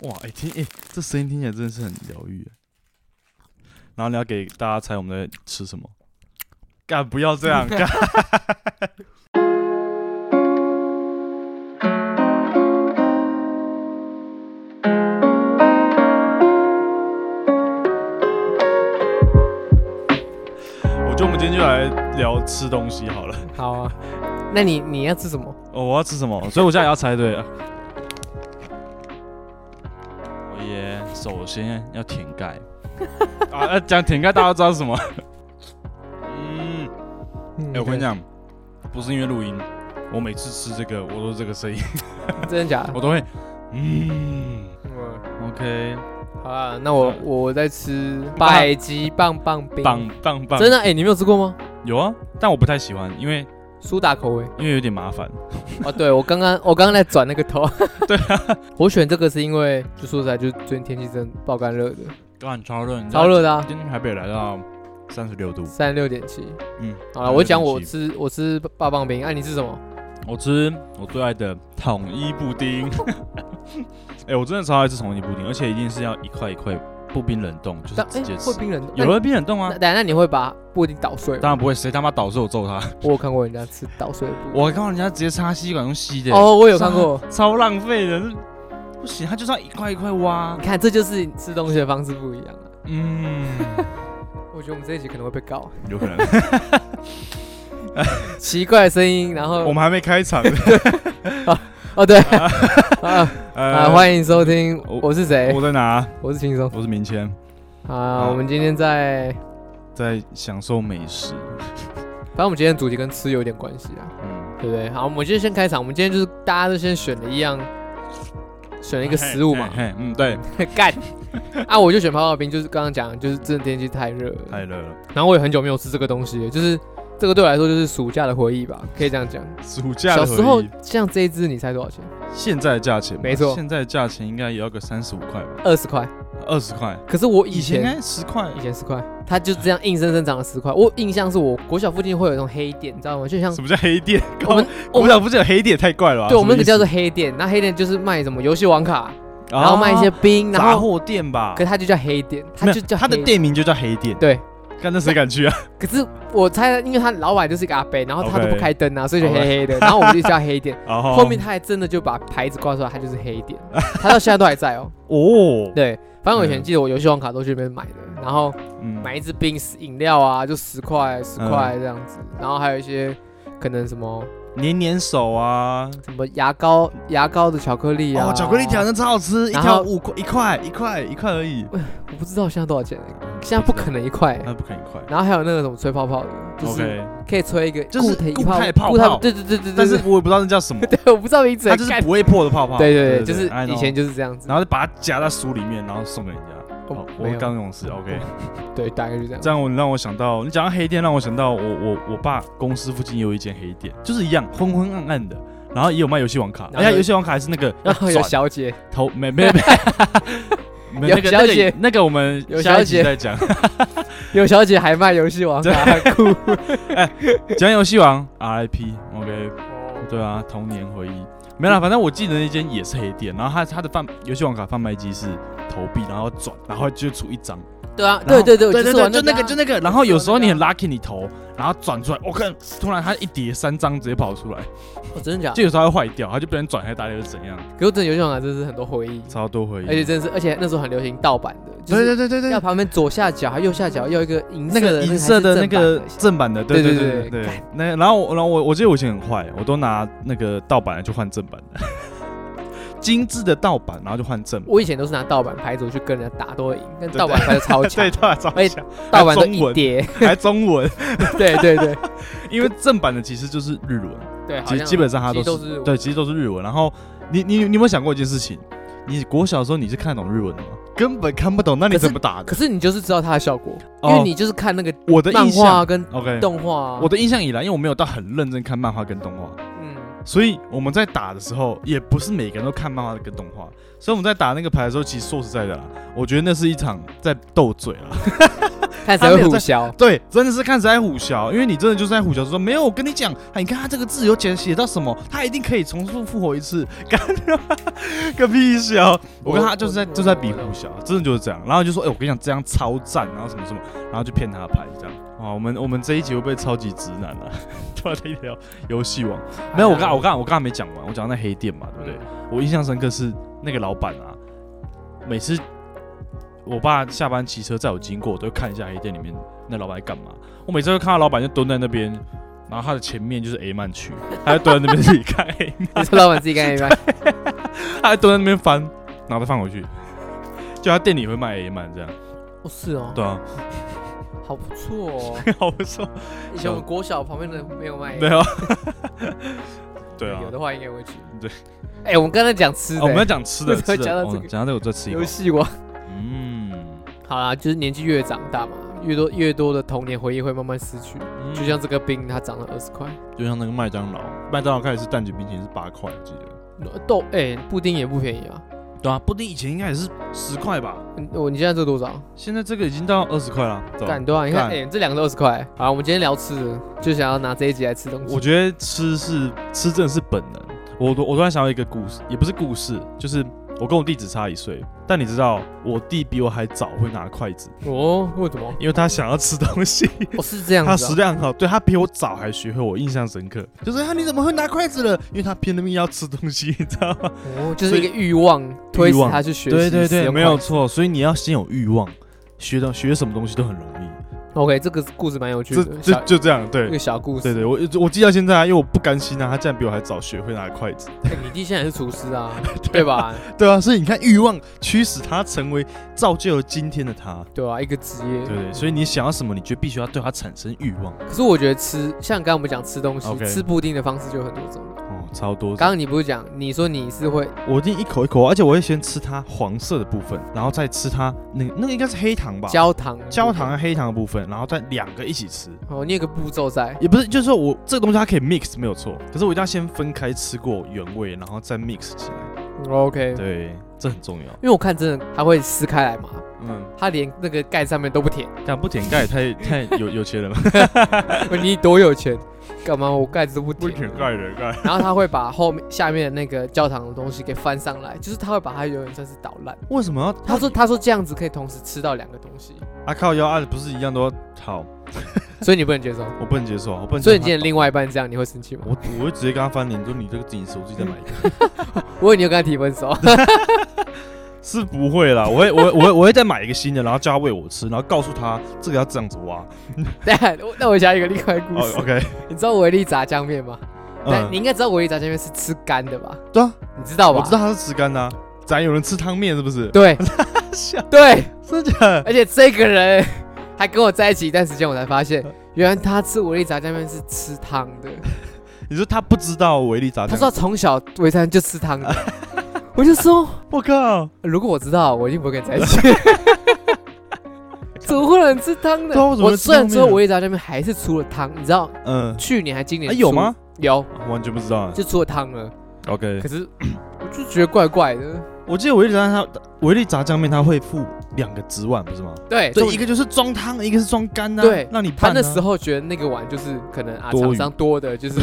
哇，哎、听，哎、这声音听起来真的是很疗愈。然后你要给大家猜我们在吃什么？干，不要这样干。 我觉得我们今天就来聊吃东西好了。好啊，那你你要吃什么？哦，我要吃什么？所以我现在也要猜对哦了。我也首先要舔 盖啊，呃讲舔盖大家都知道是什么。嗯，嗯哎、我跟你，讲，不是因为录音，我每次吃这个我都是这个声音， 对真的假的我？都会嗯嗯， ，OK，好啊，那我嗯我在吃百吉棒棒冰，棒棒棒，真的哎，你没有吃过吗？有啊，但我不太喜欢，因为苏打口 味因为有点麻烦。哦，对我刚刚我刚刚在转那 个头，对啊， 我选这个是因为就说实在，就最近天气真的爆干热的，干超热，你知道超热的啊，今天台北来到三十六度，三十六点七。嗯，好了，我讲我36.7吃我吃棒棒冰，哎，你吃什么？我吃我最爱的统一布丁。 哎、我真的超爱吃统一布丁，而且一定是要一块一块，不冰冷冻，就是但直哎接吃。会冰冷冻，有人冰冷冻那吗那？等下那你会把布丁捣碎吗？当然不会，谁他妈导致我揍他？ 我有看过人家吃捣碎的布我看到人家直接插吸管用吸的，丁。哦，我有看过。 超浪费的，是不行，他就是要一块一块挖你。看，这就是你吃东西的方式不一样啊。 嗯，我觉得我们这一集可能会被告，有可能。奇怪的声音，然后我们还没开 场，哦对， 啊啊，呃，欢迎收听，我我是谁我？在哪？我是轻松我是明谦，啊。我们今天在，在享受美食。反正我们今天的主题跟吃有点关系啊，嗯，对不对？好，我们今天先开场，我们今天就是大家都先选了一样，选了一个食物嘛，嘿，嘿嗯，对， 干啊，我就选泡泡冰，就是刚刚讲的，就是真的天气太热了，太热了，然后我也很久没有吃这个东西了，就是这个对我来说就是暑假的回忆吧，可以这样讲。暑假小的时回候忆像这一只，你猜多少钱？现在的价钱吧没错现在的价钱应该也要个三十五块吧，二十块。二十块。可是我以前应前该十块以，前十块，它就这样硬生生涨了十块。我印象是我国小附近会有那种黑店，你知道吗？就像什么叫黑店？我们我们俩不是有黑店太怪了吧？对我们那什么个意思叫做黑店，那黑店就是卖什么游戏王卡，啊然后卖一些冰，然杂后货店吧可是。它就叫黑店，它没有就叫它的黑。店名就叫黑店，对，看那谁敢去啊？ 可是我猜，因为他老板就是一个阿伯，然后他都 OK 不开灯啊，所以就 OK 哦黑黑的。然后我们就叫 黑店，然后后面他还真的就把牌子挂出来，他就是黑 店，他到现在都还在哦。哦，对，反正我以前嗯记得我游戏王卡都去那边买的，然后嗯买一支冰饮料啊，就十块十块这样子，然后还有一些可能什么黏黏手啊，什么牙膏牙膏的巧克力啊，哦，巧克力条真的超好吃，一然条后五块，一块一块一块而已，我不知道现在多少钱，现在不可能一块。那不可能一块然后还有那个什么吹泡泡的，就是嗯，OK，可以吹一个就是固态固态泡泡固态对对对对对，但是我也不知道那叫 什么，对我不知道名字，它就是干不会破的泡泡，对对对，就是，I know 以前就是这样子，然后就把它夹在书里面，然后送给人家。哦好，我没有刚勇士，OK。对，大概就这样这。样我让我想到，你讲到黑店，让我想到我我我爸公司附近有一间黑店，就是一样昏昏暗暗的，然后也有卖游戏王卡，然后而且有游戏王卡还是那个要然 后有转小姐，头，没 没没。没有那个小那个姐那个我们有下一小集姐再讲。有小姐还卖游戏王啊卡，很酷。讲游戏王 RIP，OK，对啊，童年回忆。没啦，反正我记得那间也是黑店，然后它它的贩游戏王卡贩卖机是投币，然后转，然后就出一张， 对啊，然对后对对对，对我对，是就玩那个啊就那个。然后有时候你很我 lucky，你投，然后转出来，我看突然它一叠三张直接跑出来，哦真的假的？就有时候它会坏掉，它就不能转开，大家又怎样？可是真的游戏王卡真的是很多回忆，超多回忆。而且哎真的是，而且那时候很流行盗版的，就对是对对对对要，旁边左下角还右下角要一个银色那的个银色的那个正版的，对对对对对对对。那然后我然后我我记得我以前很坏，我都拿那个盗版的去换正版的， 精致的盗版，然后就换正版。我以前都是拿盗版牌子去跟人家打，都会赢，但盗版牌子超强 对，，盗版超哎强，盗版都中文一叠， 还中文，对对对因为正版的其实就是日文。对，好其实像基本上它其都实是都是对，其实都是日文。然后你你你有没有想过一件事情？你国小的时候你是看得懂日文的吗？根本看不懂，那你可是怎么打的可？是你就是知道它的效果，因哦为你就是看那个我的漫印画啊象跟，OK，动画啊，我的印象以来，因为我没有到很认真看漫画跟动画，嗯，所以我们在打的时候，也不是每个人都看漫画跟动画。所以我们在打那个牌的时候，其实说实在的啦，我觉得那是一场在斗嘴啦，看谁他没会有互在削。对，真的是看谁在虎啸，因为你真的就是在虎啸说没有，我跟你讲，哎，你看他这个字有写写到什么，他一定可以重复复活一次，干个屁笑！我跟他就是在就是在比虎啸，真的就是这样。然后就说，哎、我跟你讲，这样超赞，然后什么什么，然后就骗他牌这样。啊，我们我们这一集会不会超级直男啊？突然在聊游戏王，没有，我刚我刚我刚才没讲完，我讲到那黑店嘛，对不嗯对？我印象深刻是那个老板啊，每次我爸下班骑车载我经过，我都会看一下黑店里面那老板在干嘛。我每次都看到老板就蹲在那边，然后他的前面就是 A 漫区，他就蹲在那边自己看 A 漫， 你说老板自己干一半， 他还蹲在那边翻，然后再放回去。就他店里会卖 A 漫这样，哦是哦，对啊，好不错哦。 好不错，以前我们国小旁边的没有卖，对啊， 对啊有，的话应该会去。对，哎，我们刚才讲吃啊的，我们要讲吃的，为什么吃会 讲的，到哦这个讲到这个我再吃一口游，戏王。嗯，好啦，就是年纪越长大嘛，越多越多的童年回忆会慢慢失去。嗯就像这个冰，它涨了二十块。就像那个麦当劳，麦当劳开始是蛋卷冰淇淋是八块，我记得。豆哎、布丁也不便宜啊。对啊，布丁以前应该也是十块吧，嗯我你现在这多少？现在这个已经到二十块了。走干多少？你嗯看，干哎、这两个都二十块。好，我们今天聊吃的，就想要拿这一集来吃东西。我觉得吃是吃真的是本能。我我我突然想到一个故事，也不是故事，就是我跟我弟只差一岁，但你知道我弟比我还早会拿筷子，哦，为什么？因为他想要吃东西，哦，是这样他子、食啊。量很好，对他比我早还学会，我印象深刻。就是啊，你怎么会拿筷子了？因为他拼了命要吃东西，你知道 吗？哦，就是一个欲望推使他去学习。对对使对，用没有筷子。错。所以你要先有欲望，学到学什么东西都很容易。 OK，这个故事蛮有趣这的，这小就这样，对一个小故事。对对，我我记到现在啊，因为我不甘心啊，他竟然比我还早学会拿筷子。哎你弟现在也是厨师啊，对吧？ 对啊，所以你看，欲望驱使他成为造就了今天的他。对啊，一个职业。对对，所以你想要什么，你就必须要对他产生欲望。可是我觉得吃，像刚刚我们讲吃东西 OK 吃布丁的方式就有很多种。哦，超多。刚刚你不是讲，你说你是会我一定一口一口，而且我会先吃它黄色的部分，然后再吃它那个那个应该是黑糖吧，焦糖的部分，焦糖和黑糖的部分，然后再两个一起吃。哦，你有个步骤在。也不是，就是说我这个东西它可以 mix 没有错，可是我一定要先分开吃过原味，然后再 mix 起来。 OK，对，这很重要。因为我看真的它会撕开来嘛，嗯，它连那个盖上面都不舔。 但不舔盖也太太有有钱人了，你多有钱？干嘛我盖子都不舔？的盖。然后它会把后面下面的那个焦糖的东西给翻上来，就是它会把它有点算是捣烂。为什么要？他说他说这样子可以同时吃到两个东 西，啊靠腰啊，不是一样都要好？所以你不能接受。我不能接受，我不能接受他。所以你今天另外一半这样，你会生气吗？我我会直接跟他翻脸，说你这个自己手机再买一个， 我以为你有跟他提分手。 是不会啦，我会我会我会我会再买一个新的，然后叫他喂我吃，然后告诉他这个要这样子挖。对，我那我讲一个另外的故哦事。 ，OK，你知道维力炸酱面吗？但嗯，你应该知道维力炸酱面是吃干的吧？对啊，你知道吧？我知道。他是吃干的啊，咱有人吃汤面是不是？对笑对， 真的假的？而且这个人还跟我在一起一段时间，我才 发现，原来他吃维力炸酱面是吃汤的。啊你说他不知道维力炸他酱？说他从小维餐就吃 汤的，我就说，我靠，如果我知道，我一定不会跟你在 一起。怎么会有人吃汤对的？啊我怎么我会吃虽然说汤面啊维力炸酱面还是出了汤，你知道嗯，去年还今年哎有出吗？有，完全不知道啊。就出了汤了。 OK，可是我就觉得怪怪的。我记得维力炸酱它维力炸酱面它会附两个纸碗不是吗？对，对，重一个就是装汤，一个是装干的啊，哎对让你他拌那啊时候觉得那个碗就是可能啊，多余厂商多的 就是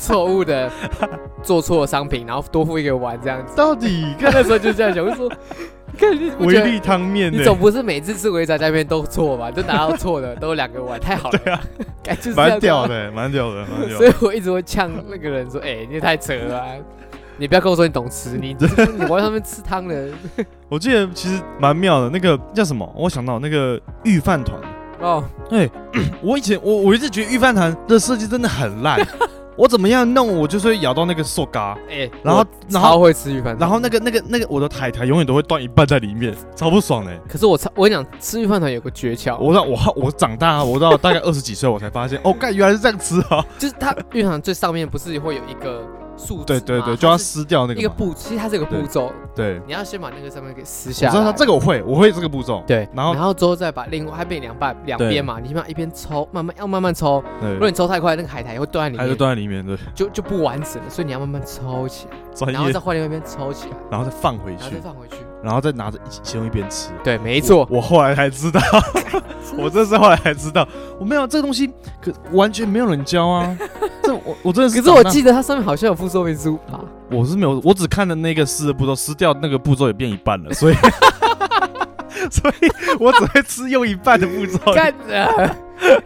错误的做错商品，然后多付一个碗这样子。到底 他那时候就这样想，我就说，你看你不觉维得力汤面你呢？总不是每次吃维炸酱面都错吧？都拿到错的，都有两个碗，太好了。对啊，感觉 蛮屌。 的，蛮屌的，蛮屌所的。以我一直会呛那个人说：“哎、你也太扯了啊、你不要跟我说你懂吃，你 你往上面吃汤的我记得其实蛮妙的，那个叫什么？我想到那个御饭 团。哦。哎、我以前我我一直觉得御饭团的设计真的很 烂，我怎么样弄我就是会咬到那个塑嘎，哎、然后我然超后会吃鱼饭，然后那个那个那个我的台台永远都会断一半在里面，超不爽的、可是我超，我跟你讲，吃鱼饭团有个诀窍，我到我好我长大，我到 大概二十几岁我才发现，哦，干原来是这样吃啊！就是它鱼饭团最上面不是会有一个树枝嘛，对对对，它就要是撕掉那个一个嘛，步，其实它是有个步对骤，对，你要先把那个上面给撕我下知道它。来这个我会，我会这个步骤，对，然后之后再把另外它变两半两对边嘛，你先把一边抽，慢慢要慢慢抽。对如果你抽太快，那个海苔会断在还是里面，断在里面，对，就就不完整了。所以你要慢慢抽起来，专然后业再，换另外一边抽起来，然后再放回然后去，再放回去。然后再拿着一起其中一边吃。对，没错，我后来才知 道，我这是后来才知道，我没有这个东西，可完全没有人教 啊。这我我真的是，可是我记得它上面好像有附说明书吧？我是没有，我只看了那个撕的步骤，撕掉那个步骤也变一半 了，所以所以我只会吃用一半的步 骤。干的。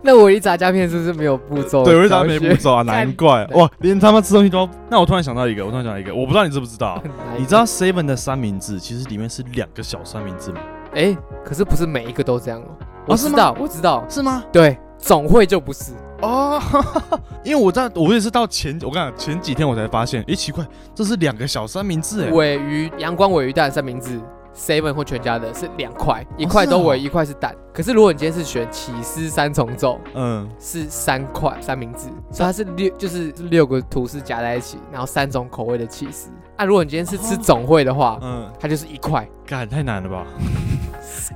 那我一炸虾片是不是没有步骤？对，我就想没步骤。骤啊，干难怪对哇，连他妈吃东西都。那我突然想到一个，我突然想到一个，我不知道你知不知道啊，你知道 Seven 的三明治其实里面是两个小三明治吗？哎、可是不是每一个都这样哦。我是知吗道，我知道，是吗？对，总会就不是。哦， 因为我在我也是到前我跟你讲前几天我才发现，诶，奇怪，这是两个小三明治哎、尾鱼、阳光尾鱼蛋三明治，seven 或全家的是两块，一块是都哦尾，一块是蛋。可是如果你今天是选起司三重奏，嗯，是三块三明治，所以它是六，就是六个吐司夹在一起，然后三种口味的起司。啊，如果你今天是吃哦总会的话，嗯，它就是一块。干太难了吧？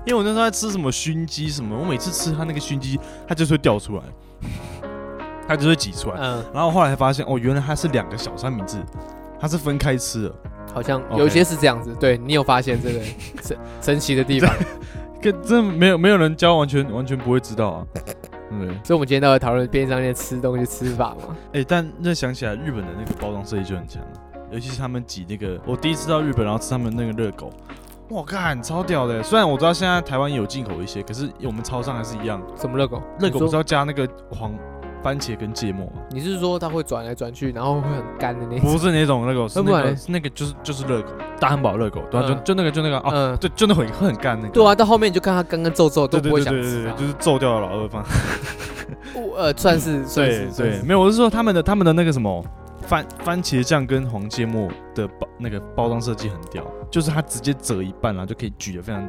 因为我那时候在吃什么熏鸡什么，我每次吃它那个熏鸡，它就是会掉出 来，它就是会挤出来。嗯，然后后来才发现，哦，原来它是两个小三明治，它是分开吃的。好像 OK 有一些是这样子。对你有发现这个神神奇的 地方？跟真的没有没有人教，完全完全不会知道啊。对，所以我们今天到底讨论便利商店吃东西吃法嘛？哎、但那想起来，日本的那个包装设计就很强啊，尤其是他们挤那个，我第一次到日本，然后吃他们那个热狗，哇，干，超屌的！欸虽然我知道现在台湾有进口一些，可是我们超商还是一样，什么热狗？热狗不你是说要加那个黄番茄跟芥末吗？你是说它会转来转去，然后会很干的那种？不是那种热狗，是那那不然个嘞是那个就是就是热狗，大汉堡热狗，对、啊，就嗯就那个就那个哦，嗯，对，真的很会很干那个。对啊，到后面你就看它干干皱皱对。都对不对对会想对吃对，啊、就是皱掉的老二饭。我呃，算是算对是算对，是没有，我是说他们的他们的那个什么番番茄酱跟黄芥末的包那个包装设计很屌，就是它直接折一半然后就可以举得非常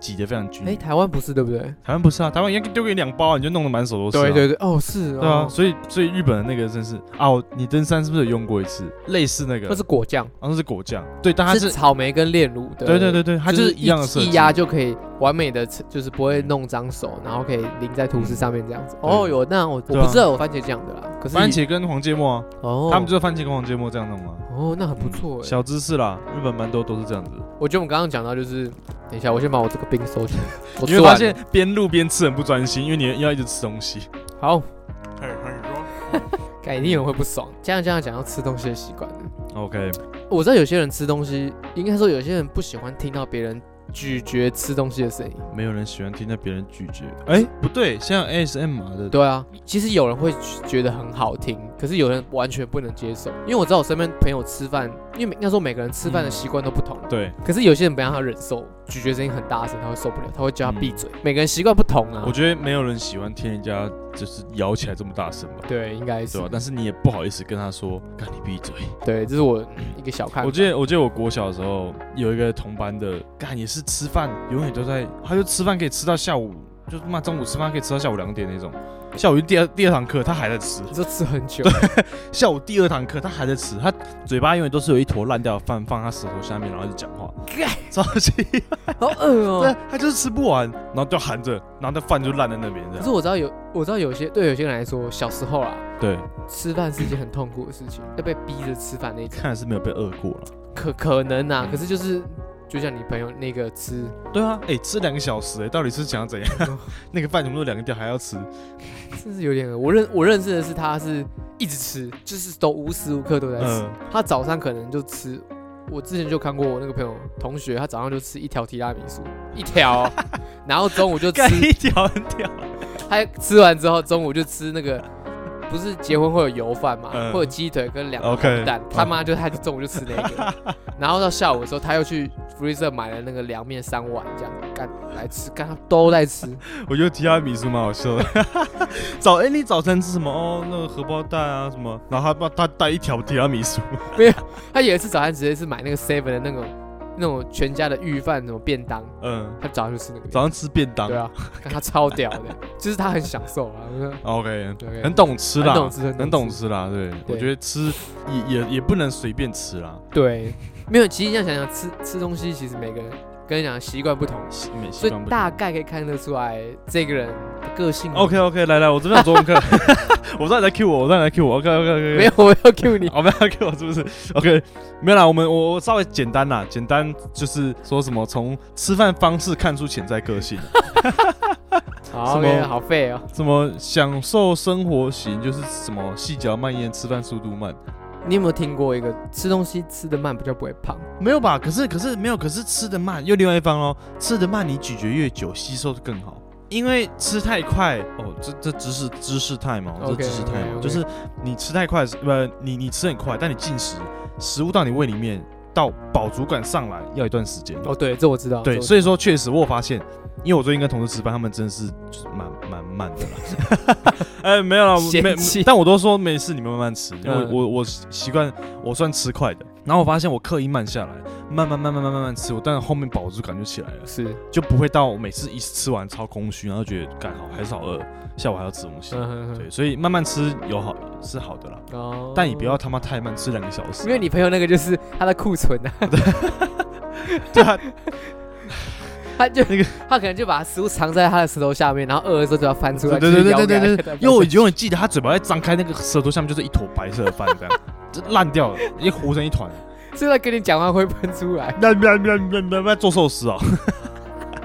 挤得非常均哎、匀。台湾不是对不对？台湾不是啊，台湾应该丢给你两包、啊，你就弄得满手都是、啊。对对对，哦是，对啊，哦，所以所以日本的那个真是啊，我你登山是不是有用过一次类似那个？那是果酱，好像是果酱，对，但它是是草莓跟炼乳的，对对对对，它就是一样的设一计。压就可以完美的，就是不会弄脏手，然后可以淋在吐司上面这样子。哦，对有那我对我啊不知道有番茄酱的啦，可是番茄跟黄芥末啊，哦，他们就是番茄跟黄芥末这样弄啊。哦那很不错哎、小知识啦，日本蛮多都是这样子。我觉得我们刚刚讲到就是，等一下我先把我这个冰收起 来，我你吃会发完现了边录边吃很不专心，因为你要一直吃东西。好，嘿，你说。改天有人会不爽，这样这样讲到吃东西的习惯了。 OK，我知道有些人吃东西，应该说有些人不喜欢听到别人咀嚼吃东西的声音。没有人喜欢听到别人咀嚼。哎、不对，像 ASMR 的，对啊，其实有人会觉得很好听，可是有人完全不能接受。因为我知道我身边朋友吃饭，因为应该说每个人吃饭的习惯都不同，对，可是有些人不让他忍受咀嚼声音很大声，他会受不了，他会叫他嗯闭嘴。每个人习惯不同啊我，觉得没有人喜欢听人家就是咬起来这么大声吧，对，啊应该是对吧、但是你也不好意思跟他说，干你闭嘴。对，这是我一个小看法。我记得，我记得我国小的时候有一个同班的，干也是吃饭，永远都在，他就吃饭可以吃到下午，就是妈中午吃饭可以吃到下午两点那种。下午第二第二堂课他还在吃，你说吃很 久，下午第二堂课他还在吃，他嘴巴永远都是有一坨烂掉的饭放他舌头下面，然后就讲话，超级好饿对哦。，他就是吃不完，然后就含着，然后那饭就烂在那边这可样。是我知道有，我知道有些对有些人来说，小时候啊啦， 对，吃饭是一件很痛苦的事情，要被逼着吃饭那种。看来是没有被饿过了。可可能啊，嗯可是就是就像你朋友那个吃，对啊，哎、吃两个小时、哎，到底是想要怎样？ 那个饭全部都两个掉，还要吃？真是有点恶。我认我认识的是他是一直吃，就是都无时无刻都在吃。嗯，他早上可能就吃，我之前就看过我那个朋友同学，他早上就吃一条提拉米苏，一 条哦，然后中午就吃干，一条很屌。他吃完之后中午就吃那个。不是结婚会有油饭嘛，嗯会有鸡腿跟两个 OK，嗯红蛋他妈就他就中午就吃那个， 然后到下午的时候他又去 freezer 买了那个凉面三碗，这样干来吃，干他都在吃， 我觉得提拉米苏蛮好笑的。 早哎、你早餐吃什么？哦，那个荷包蛋啊什么？然后他帮他带一条提拉米苏，他有一次早餐直接是买那个 seven 的那种那种全家的御饭什么便当，嗯，他早上就吃那个便早当。上吃便当对啊，看他超屌的， 就是他很享受啊。 我说，OK，对很懂吃啦，很懂吃很懂吃很懂吃啦，对，我觉得吃也也也不能随便吃啦，对，没有，其实这样想想，吃吃东西其实每个人跟你讲习惯不同，习每习所以惯不大概可以看得出来这个人的个性。 OK OK，来来，我这边有中文 课，我知道你在 Q 我，我知道你在 Q 我，OK 哦 OK OK，没有， 我要 Q 你。我们要 Q 我是不是？OK，没有啦，我们我我稍微简单啦，简单就是说什么从吃饭方式看出潜在个性，好什么，OK，好废哦。什么享受生活型就是什么细嚼慢咽，吃饭速度慢，你有没有听过一个吃东西吃的慢比较不会胖？没有吧？可是可是没有，可是吃的慢又另外一方哦，吃的慢你咀嚼越久，吸收的更好。因为吃太快哦，这这知识知识太嘛，这 OK，知识太嘛 OK，OK 就是你吃太快，呃，你你吃很快，但你进食食物到你胃里面到饱足感上来要一段时间。哦，对，这我知道。对，以所以说确实我有发现，因为我最近跟同事吃饭，他们真的是就是蛮蛮慢的啦。 哎，没有啦，嫌没弃，但我都说没事，你们慢慢吃，因为嗯我我习惯我算吃快的。然后我发现我刻意慢下来，慢慢慢慢慢慢慢吃，我但后面饱足感就起来了，是，就不会到我每次一吃完超空虚，然后觉得干好还是好饿，下午还要吃东西。嗯哼对，所以慢慢吃有好是好的啦，哼，哦但也不要，他妈太慢，吃两个小时。啊因为你朋友那个就是他的库存啊， 对啊， 他就那个他可能就把食物藏在他的石头下面，然后饿的时候就要翻出来，对对去对咬对对对两下对，因为我永远记得他嘴巴在张开，那个舌头下面就是一坨白色的饭，这样就烂掉了，一糊成一 团。 所以他跟你讲话会喷出来。那那那那那那做寿司哦，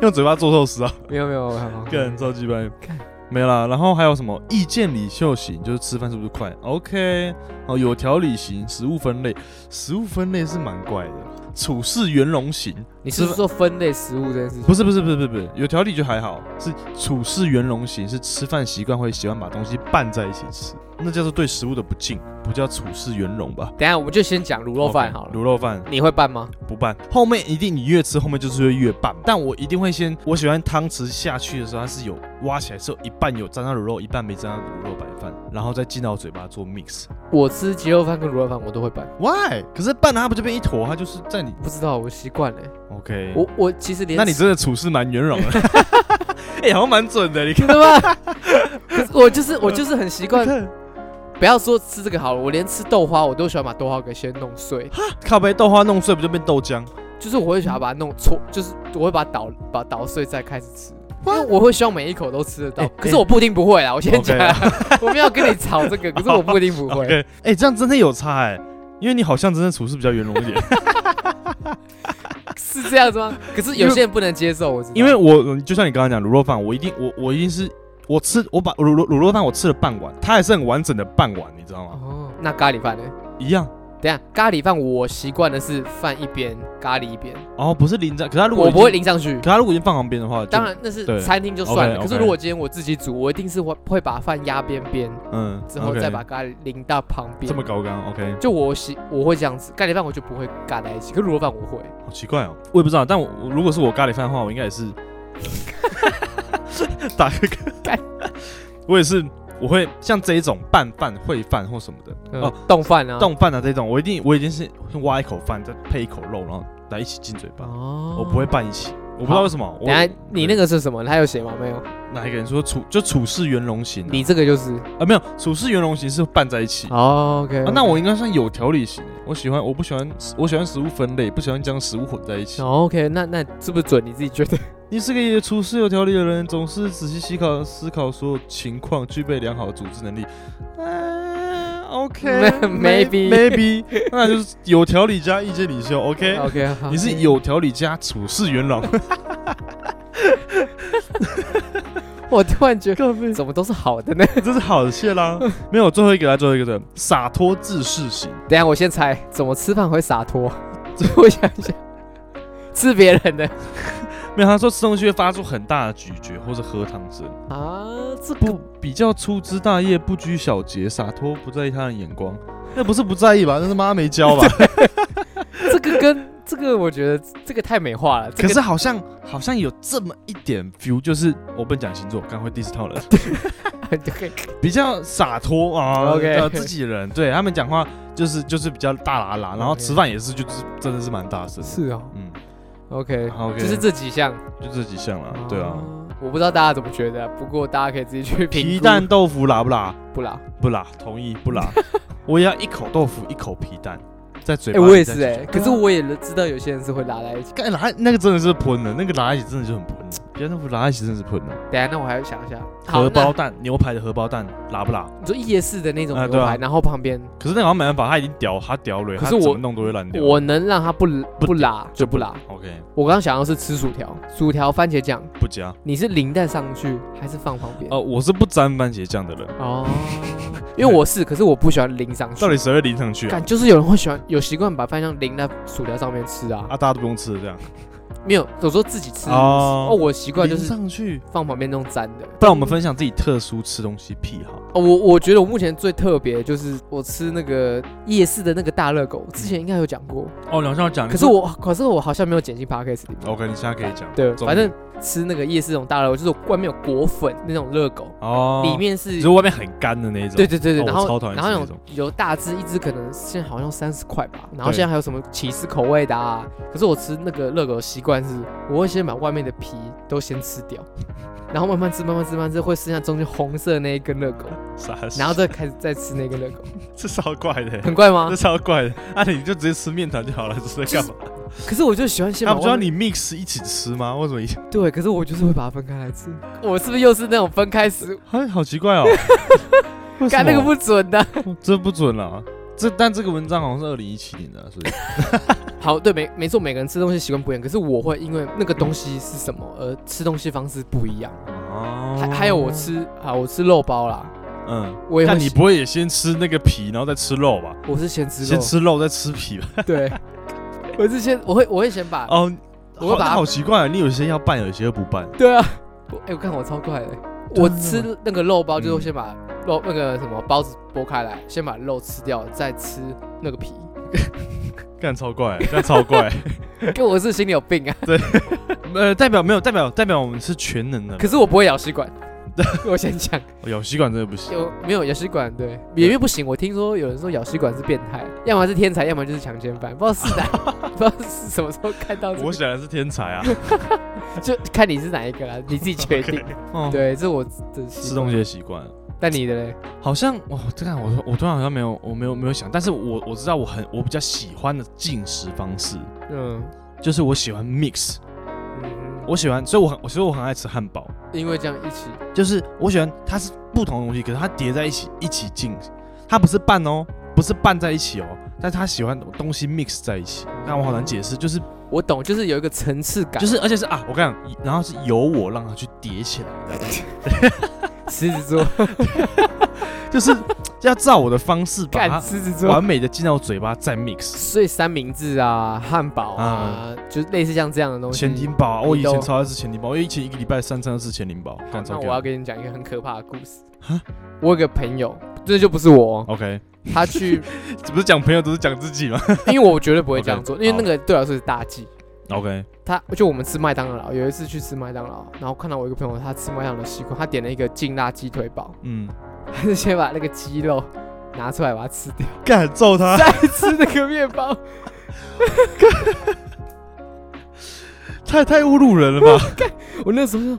用嘴巴做寿司啊，没有没有，没 有个人超级白干。没啦，然后还有什么意见领袖型，就是吃饭是不是快？OK，哦，有条理型，食物分类，食物分类是蛮怪的。处事圆融型，你是不是说分类食物这件事情？不是不是不是不是不是，有条理就还好，是处事圆融型，是吃饭习惯会喜欢把东西拌在一起吃，那叫做对食物的不敬，不叫处事圆融吧？等一下我们就先讲卤肉饭好 OK，了。卤肉饭你会拌吗？不拌，后面一定你越吃后面就是会越拌，但我一定会先，我喜欢汤匙下去的时候，它是有挖起来是有一半有沾到卤肉，一半没沾到卤肉白饭，然后再进到嘴巴做 mix。我吃鸡肉饭跟卤肉饭我都会拌， Why？可是拌了它不就变一坨，它就是在你不知道我习惯了。 OK。我我其实连那你真的处事蛮圆融 的，哎、好像蛮准的，你看。真的吗？ 可是我就是我就是很习惯，看不要说吃这个好了，我连吃豆花我都喜欢把豆花给先弄碎，靠杯豆花弄碎不就变豆浆？就是我会想要把它弄搓，就是我会把它捣把它捣碎再开始吃。因为我会希望每一口都吃得到哎，可是我不一定不会啦。我先讲 OK 啊， 我没有跟你吵这个，可是我不一定不会。 哎、这样真的有差哎、因为你好像真的处事比较圆融一 点。是这样子吗？可是有些人不能接受，我知道。因为我就像你刚刚讲卤肉饭，我一定我我一定是我吃我把卤肉卤肉饭我吃了半碗，它还是很完整的半碗，你知道吗？哦，那咖喱饭呢？一样。等一下咖喱饭我习惯的是饭一边，咖喱一边，哦，不是淋在，可是它如果我已不经会，淋上去可。它如果已经放旁边的话，就当，然那是对餐厅就算了， OK，OK 可是如果今天我自己煮，我一定是会会把饭压边边，嗯，之后 OK 再把咖喱淋到旁边这。么高刚，OK，就我喜我会这样子，咖喱饭我就不会尬在一起，可是卤肉饭我会。好奇怪哦，我也不知道，但我我如果是我咖喱饭的话，我应该也 是打个干，我也是。我会像这一种拌饭、烩饭或什么的，嗯哦，冻饭啊，冻饭啊这种，我一定我已经是挖一口饭，再配一口肉，然后来一起进嘴巴。哦我不会。拌一起，我不知道为什么。我等一下你那个是什么？他有写吗？没有，哪一个人说处就处事圆融型啊、你这个就是。啊没有处事圆融型是拌在一起。哦，OK。啊那我应该算有条理型，我喜欢我不喜欢我喜欢食物分类，不喜欢将食物混在一起。哦 OK，那那是不是准？你自己 觉得？你是个处事有条理的人，总是仔细思考思考所有情况，具备良好的组织能力。嗯、o k Maybe maybe，那就是有条理加意见领袖。OK，, OK，好你是有条理加处事圆 融。我突然觉得怎么都是好的呢？这是好的谢 啦。没有，最后一个来，最后一个的洒脱自视型。等一下我先猜，怎么吃饭会洒脱？ 我想一下，吃别人的 没有，他说吃东西会发出很大的咀嚼或是喝汤声，啊，这个不比较粗枝大叶，不拘小节，洒脱，不在意他人眼光。那不是不在意吧？那是妈没教 吧？这个跟这个，我觉得这个太美化了。这可个是 好像好像有这么一点 feel，就是我不能讲星座，刚刚会 diss 到人。你就 可以比较洒脱啊 OK 呃自己人，对他们讲话就是就是比较大啦啦，然后 OK 吃饭也是就是真的是蛮大声的，是哦嗯， ，OK， OK，就是这几项，就这几项啦，对啊，哦，我不知道大家怎么觉得，不过大家可以自己去评估。皮蛋豆腐辣不辣？不啦，不辣，同意不辣，我也要一口豆腐一口皮蛋，在嘴哎、巴里我也再是咀哎、嚼可是我也知道有些人是会拉在一起。干拉那个真的是喷的，那个拉在一起真的就很喷的，皮蛋豆腐拉在一起真的是喷的。等一下，那我还要想一下。好荷包蛋牛排的荷包蛋辣不辣？那你说夜市的那种啊牛对啊排，然后旁边可是那个好像没办法，它已经屌它屌了，可它是怎我么弄都会烂掉。我能让它不不不拉就不拉。 OK 我刚刚想要是吃薯条，薯条番茄酱，不加，你是淋在上去还是放旁边？呃，我是不沾番茄酱的人。哦， 因为我是，可是我不喜欢淋上去。到底谁会淋上去啊？感就是有人会喜欢有习惯把饭酱淋在薯条上面吃啊，啊，大家都不用吃这样，没有，有时候自己吃。哦哦，我习惯就淋是上去。放旁边那种沾的。不然我们分享自己特殊吃东西癖好。哦，我我觉得我目前最特别就是我吃那个夜市的那个大热狗，嗯之前应该有讲过，哦，你好像要讲，可是我可是我好像没有剪进 podcast 里面。 OK，你现在可以讲。对，哦终于反正吃那个夜市那种大热狗，就是外面有果粉那种热狗，哦，里面是只是外面很干的那种。对对对对，哦然我超后讨厌然后吃有那种有大只一只，可能现在好像三十块吧，然后对现在还有什么起司口味的啊？可是我吃那个热狗的习惯是，我会先把外面的皮都先吃掉，然后慢慢吃慢慢吃慢慢吃，会剩下中间红色那一根 热狗，傻笑，然后再开始再吃那根热狗，这超怪的，很怪吗这？超怪的。那你就直接吃面团就 好了，这是在干嘛？可是我就喜欢先他把不是要外面你 mix 一起吃吗？为什么一起？ 对，可是我就是会把它分开来吃，我是不是又是那种分开食物？哎，好奇怪哦。为什 干么那个不准啊的。这不准了。这但这个文章好像是二零一七年的， 所以 好，对，没没错，每个人吃东西习惯不一样，可是我会因为那个东西是什么而吃东西方式不一样。哦还还有我吃啊，我吃肉包啦，嗯，我也那会你喜不会也先吃那个皮，然后再吃肉吧？我是先吃肉，先吃肉再吃皮吧？ 对，我是先我会我会先把，哦，啊我会把它好好奇怪，啊你有些要拌，有些又不拌。对啊，我哎、我看我超快的，真的我吃那个肉包就嗯是我先把肉、那个什么包子剥开来，先把肉吃掉，再吃那个皮，干超怪，干超怪。跟我是心里有病啊， 呃，代表没有代表代表我们是全能的。可是我不会咬 吸管，我先讲，哦咬吸管真的不行。有没有咬吸管？对，也不行，我听说有人说咬吸管是变态，要么是天才，要么就是强奸犯，不知道 是哪，不知道是什么时候看到、这个我显然是天才 啊！就看你是哪一个啦，你自己决定。哦，对，这是我的习吃惯东西的习惯。但你的嘞？好像哇，这个我我突然好像没有，我没有没有想，但是我我知道我很我比较喜欢的进食方式，嗯就是我喜欢 mix，嗯，我喜欢，所以我很我所以我很爱吃汉堡，因为这样一起，就是我喜欢它是不同的东西，可是它叠在一起一起进，它不是拌哦，不是拌在一起哦，但是它喜欢东西 mix 在一起，那我好难解释，就是我懂，就是有一个层次感，就是而且是啊，我跟你讲，然后是由我让它去叠起来，狮子座，就是 要照我的方式 把干它狮子完座。美的进到我嘴巴再 mix。所以三明治啊、汉堡啊，就是类似像这样的东西。潜艇堡啊，我以你都前超爱吃潜艇堡，我以前一个礼拜三餐都吃潜艇堡，好干那超我要干。跟你讲一个很可怕的故事。我有个朋友，这就不是我哦， OK，他 去，这不是讲朋友，都是讲自己吗 因为我绝对不会这样做，因为那个对我来说是大忌。 ？OK，他就我们吃麦当劳，有一次去吃麦当劳，然后看到我一个朋友，他吃麦当劳的习惯，他点了一个劲辣鸡腿堡，嗯， 他是先把那个鸡肉拿出来把它吃掉， 干揍他，再吃那个面包。太太侮辱人了 吧？我那时候就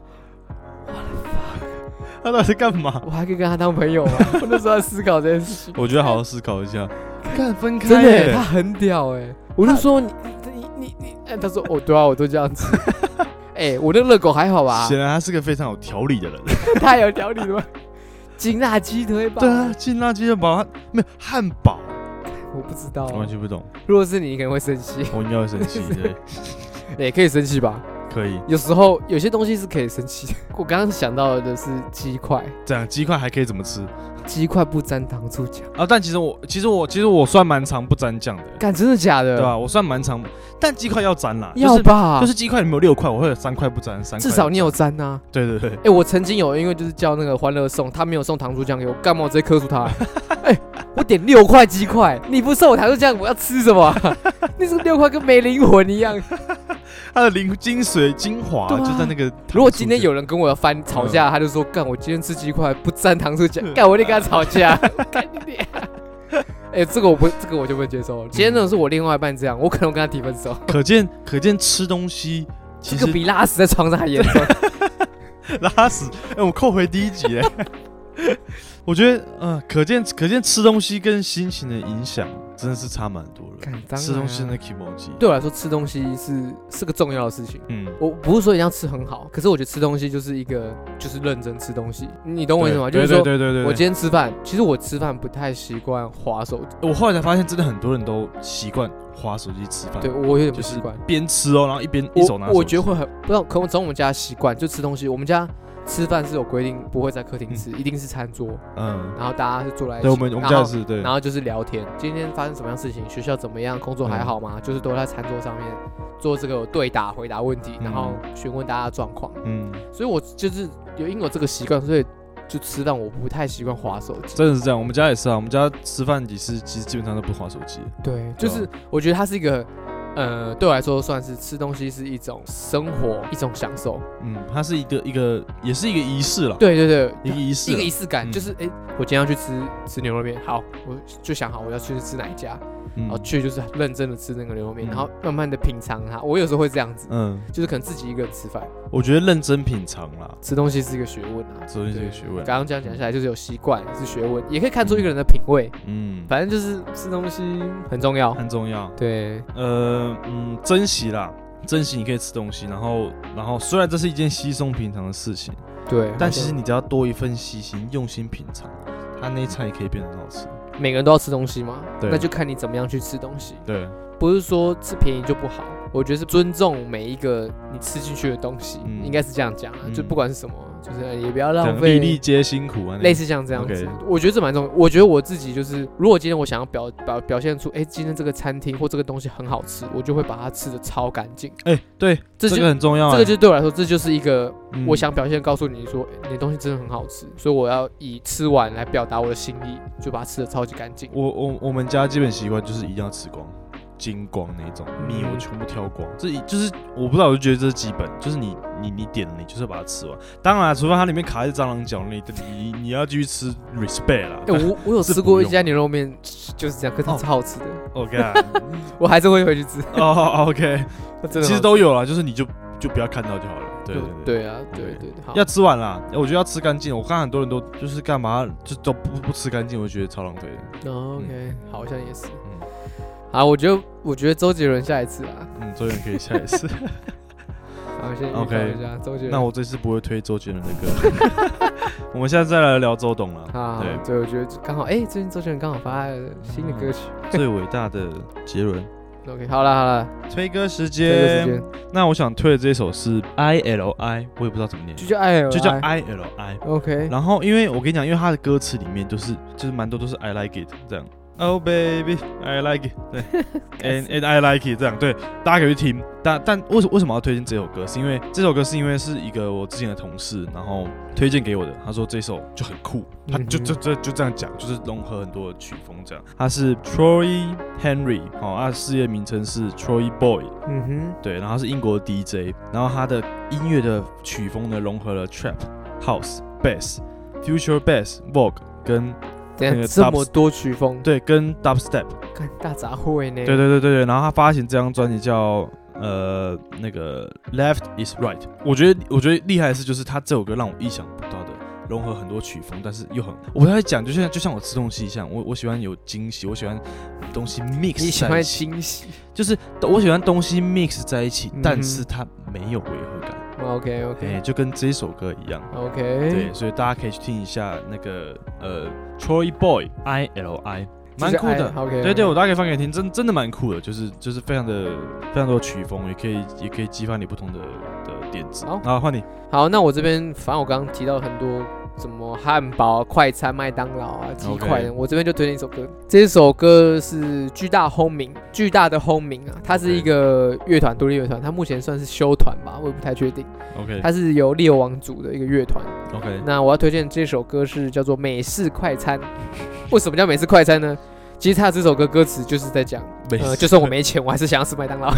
他到底在干嘛？我还可以跟他当朋友吗？我那时候在思考这件事情，我觉得好好思考一下。干分开真的耶，耶他很屌哎！我就说你你你你，哎，他说哦对啊，我都这样吃。 哎，我的热狗还好吧？ 显然他是个非常有条理 的人。太有条理了吧？金辣鸡腿堡，对啊，劲辣鸡腿堡他没有汉堡，我不知道我啊。完全不懂，如果是你，你可能会生气，我应该会生气。 对，也可以生气吧？可以有时候有些东西是可以生气的。我刚刚想到的是鸡块，这样鸡块还可以怎么吃鸡块不沾糖醋酱，啊？但其实我其实我其实我算蛮常不沾酱的，干真的假的？对吧？我算蛮常，但鸡块要沾啦，就要是吧？就是鸡块里面有六块，我会有三块不沾，三块至少你有沾啊！对对对，哎、我曾经有因为就是叫那个欢乐颂，他没有送糖醋酱给我，干嘛我直接克诉他？ 哎、我点六块鸡 块，你不送我糖醋酱，我要吃什么啊、那是六块跟没灵魂一样。它的灵精髓精华对啊就在那个糖醋卷。如果今天有人跟我翻吵架，他就说干，我今天吃鸡块不沾糖 醋酱，干我一定跟他吵 架，干你娘！哎、这个我不，这个我就不能接受了。今天那种是我另外一半这样，我可能会跟他提分手，可见可见吃东西这其个实比拉屎在床上还 严重。 拉屎。哎、我们扣回第一集哎。 我觉得，嗯、可见可见吃东西跟心情的影响真的是差蛮多的。干当吃然东西啊的 k i m o j i 对我来说，吃东西是是个重要的事情。嗯，我不是说一定要吃很好，可是我觉得吃东西就是一个就是认真吃东西，你懂我意思吗？对就是说对对对对我对今天吃饭，其实我吃饭不太习惯划手机，我后来才发现，真的很多人都习惯划手机吃饭，对，我有点就不习是惯。边吃哦，然后一边一手拿手我我觉得机会很不知道，可能从我们家习惯就吃东西，我们家吃饭是有规定不会在客厅吃，一定是餐桌，嗯，然后大家是坐在一起，对我们我们然家也后是对然，后就是聊天，今天发生什么样的事情，学校怎么样，工作还好吗？嗯就是都在餐桌上面做这个对答、回答问题，然后询问大家的状况。嗯，所以我就是有因为我这个习惯，所以就吃饭我不太习惯划手机。真的是这样，我们家也是啊，我们家吃饭也是，其实基本上都不划手机，对，啊就是我觉得它是一个，呃，对我来说算是吃东西是一种生活，一种享受。嗯，它是一个一个也是一个仪式了，对对对，一个仪式一啦个，仪式感，嗯就是哎、诶我今天要去吃吃牛肉面，好，我就想好我要去吃哪一家，然嗯后哦去就是认真的吃那个牛肉面，嗯然后慢慢的品尝它。我有时候会这样子，嗯，就是可能自己一个人吃饭，我觉得认真品尝啦，吃东西是一个学问啊。这东西是一个学问，刚刚这样讲下来，就是有习惯是学问，也可以看出一个人的品味。嗯，反正就是吃东西很重要。很重要，对，呃，嗯，珍惜啦。珍惜你可以吃东西，然后，然后虽然这是一件稀松平常的事情，对，但其实你只要多一份细心、用心品尝，它那一餐也可以变得很好吃。每个人都要吃东西嘛，对那就看你怎么样去吃东西，对，不是说吃便宜就不好。我觉得是尊重每一个你吃进去的东西，嗯应该是这样讲啊，嗯就不管是什么，就是呃也不要浪讲粒费。粒皆辛苦啊，那类似像这样子 OK 我觉得这蛮重要。我觉得我自己就是，如果今天我想要表表表现出，哎、今天这个餐厅或这个东西很好吃，我就会把它吃的超干净。哎、对，这这就、个很重要啊、这个就是对我来说，这就是一个嗯我想表现告诉你说，诶你的东西真的很好吃，所以我要以吃完来表达我的心意，就把它吃的超级干净。我我我们家基本习惯就是一定要吃光。精光那种米我全部挑光，这一就是我不知道，我就觉得这是基本，就是你你你点了，你就是要把它吃完。当然，啊除非它里面卡一只蟑螂脚，你你你要继续吃 respect 啦。哎、我我 有是吃不过一用家牛肉面，就是这样，可是它哦超好吃的， OK 啊我还是会回去吃。哦 OK，它真的其实很好都有啦，就是你就就不要看到就好了。对吃对对。对啊，对对对对，好要吃完啦，我觉得要吃干净。我看很多人都就是干嘛就都不不吃干净，我就觉得超浪费的。哦 OK，好像也是。嗯好，我觉得我觉得周杰伦下一次啊，嗯，周杰伦可以下一 次。好，先预告 OK，一下周杰伦。那我这次不会推周杰伦的歌。 我们现在再来聊周董了。啊，对，对，我觉得刚好，哎、最近周杰伦刚好发了新的歌曲。嗯最伟大的杰伦 OK，好了好了，推歌时这个时间间。那我想推的这首是 I L I，我也不知道怎么念，就叫爱尔兰，就叫 I L I。 OK，然后因为我跟你讲，因为他的歌词里面就是就是蛮多都是 I like it 这样。Oh baby, I like it，对 哎，and and I like it 这样，对，大家可以去听。但但为什为什么要推荐这首歌？是因为这首歌是因为是一个我之前的同事，然后推荐给我的。他说这首就很酷，他就嗯哼就就就这样讲，就是融合很多的曲风这样。他是 Troy Henry，哦，他的事业名称是 Troy Boy，嗯哼，对，然后他是英国的 DJ，然后他的音乐的曲风呢融合了 trap、house、bass、future bass、vogue 跟那等个下这 dubs- 么多曲风，对跟 dubstep，看大杂烩呢。对对对对对，然后他发行这张专辑叫呃那个 Left is Right，我觉得我觉得厉害的是就是他这首歌让我意想不到的。融合很多曲风，但是又很，我不太会讲，就像就像我吃东西一样，我我喜欢有惊喜，我喜欢东西 mix 你喜在一欢起，惊喜就是我喜欢东西 mix 在一起，嗯哼但是它没有违和感。 ？OK 哎、 OK 就跟这首歌一样。对， OK，所以大家可以去听一下那个呃，Troy Boy I L I，蛮酷的。 OK，对对，我大家可以放给你听，真真的蛮酷的，就是就是非常的非常多的曲风，也可以也可以激发你不同的的点子。好好，换你。好，那我这边反正我刚刚提到很多什么汉堡、快餐、麦当劳啊、鸡块的，我这边就推荐一首歌。这首歌是巨大轰鸣，巨大的轰鸣啊，它是一个乐团，独立乐团，它目前算是休团吧，我也不太确定。 OK 它是由猎王组的一个乐团。 OK，那我要推荐这首歌是叫做《美式快餐》。为什么叫美式快餐呢？其实他这首歌歌词就是在讲，没呃，事 就算我没钱，我还是想要吃麦当劳，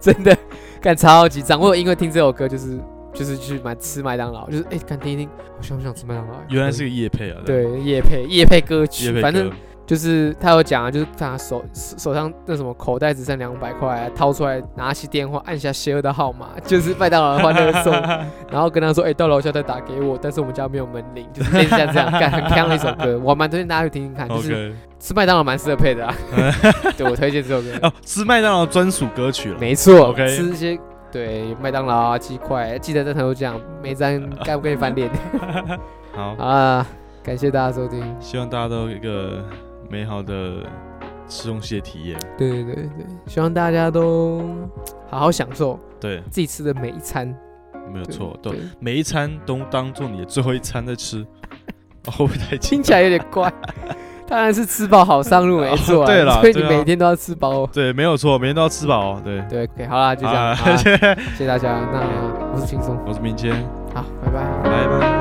真的。干超级脏。我有因为听这首歌，就是就是去买吃麦当劳，就是哎，干、听一听，好想不想吃麦当劳？欸原来是个夜配啊，这样，对夜配夜配歌曲，夜配反正歌就是他有讲啊，就是看他手手手上那什么口袋只剩两百块啊，掏出来拿起电话按下邪恶的号码，就是麦当劳的欢乐 颂，然后跟他说，哎、到楼下再打给我，但是我们家没有门铃，就是类似像这样干很强的一首歌，我还蛮推荐大家去听听看，就是 ，OK，吃麦当劳蛮适合配的啊， 对我推荐这首歌，哦，是麦当劳专属歌曲了。没错 OK 吃一些对麦当劳啊鸡块，记得在台头讲，没沾 该不该翻脸好，啊？感谢大家收听，希望大家都有一个美好的吃东西的体验。对对对对，希望大家 都好好享受。对，自己吃的每一餐，没有对错，对，，每一餐都当做你的最后一餐在吃， 哦会不会太听轻？起来有点 怪。当然是吃饱好上路没错啊，哦对啦所以你对啊每天都要吃饱哦。对，没有错，每天都要吃饱哦。对，对，OK，好啦，就这样，啊好啦谢谢谢谢大家。那我是轻松，我是明谦，好，拜拜。拜拜。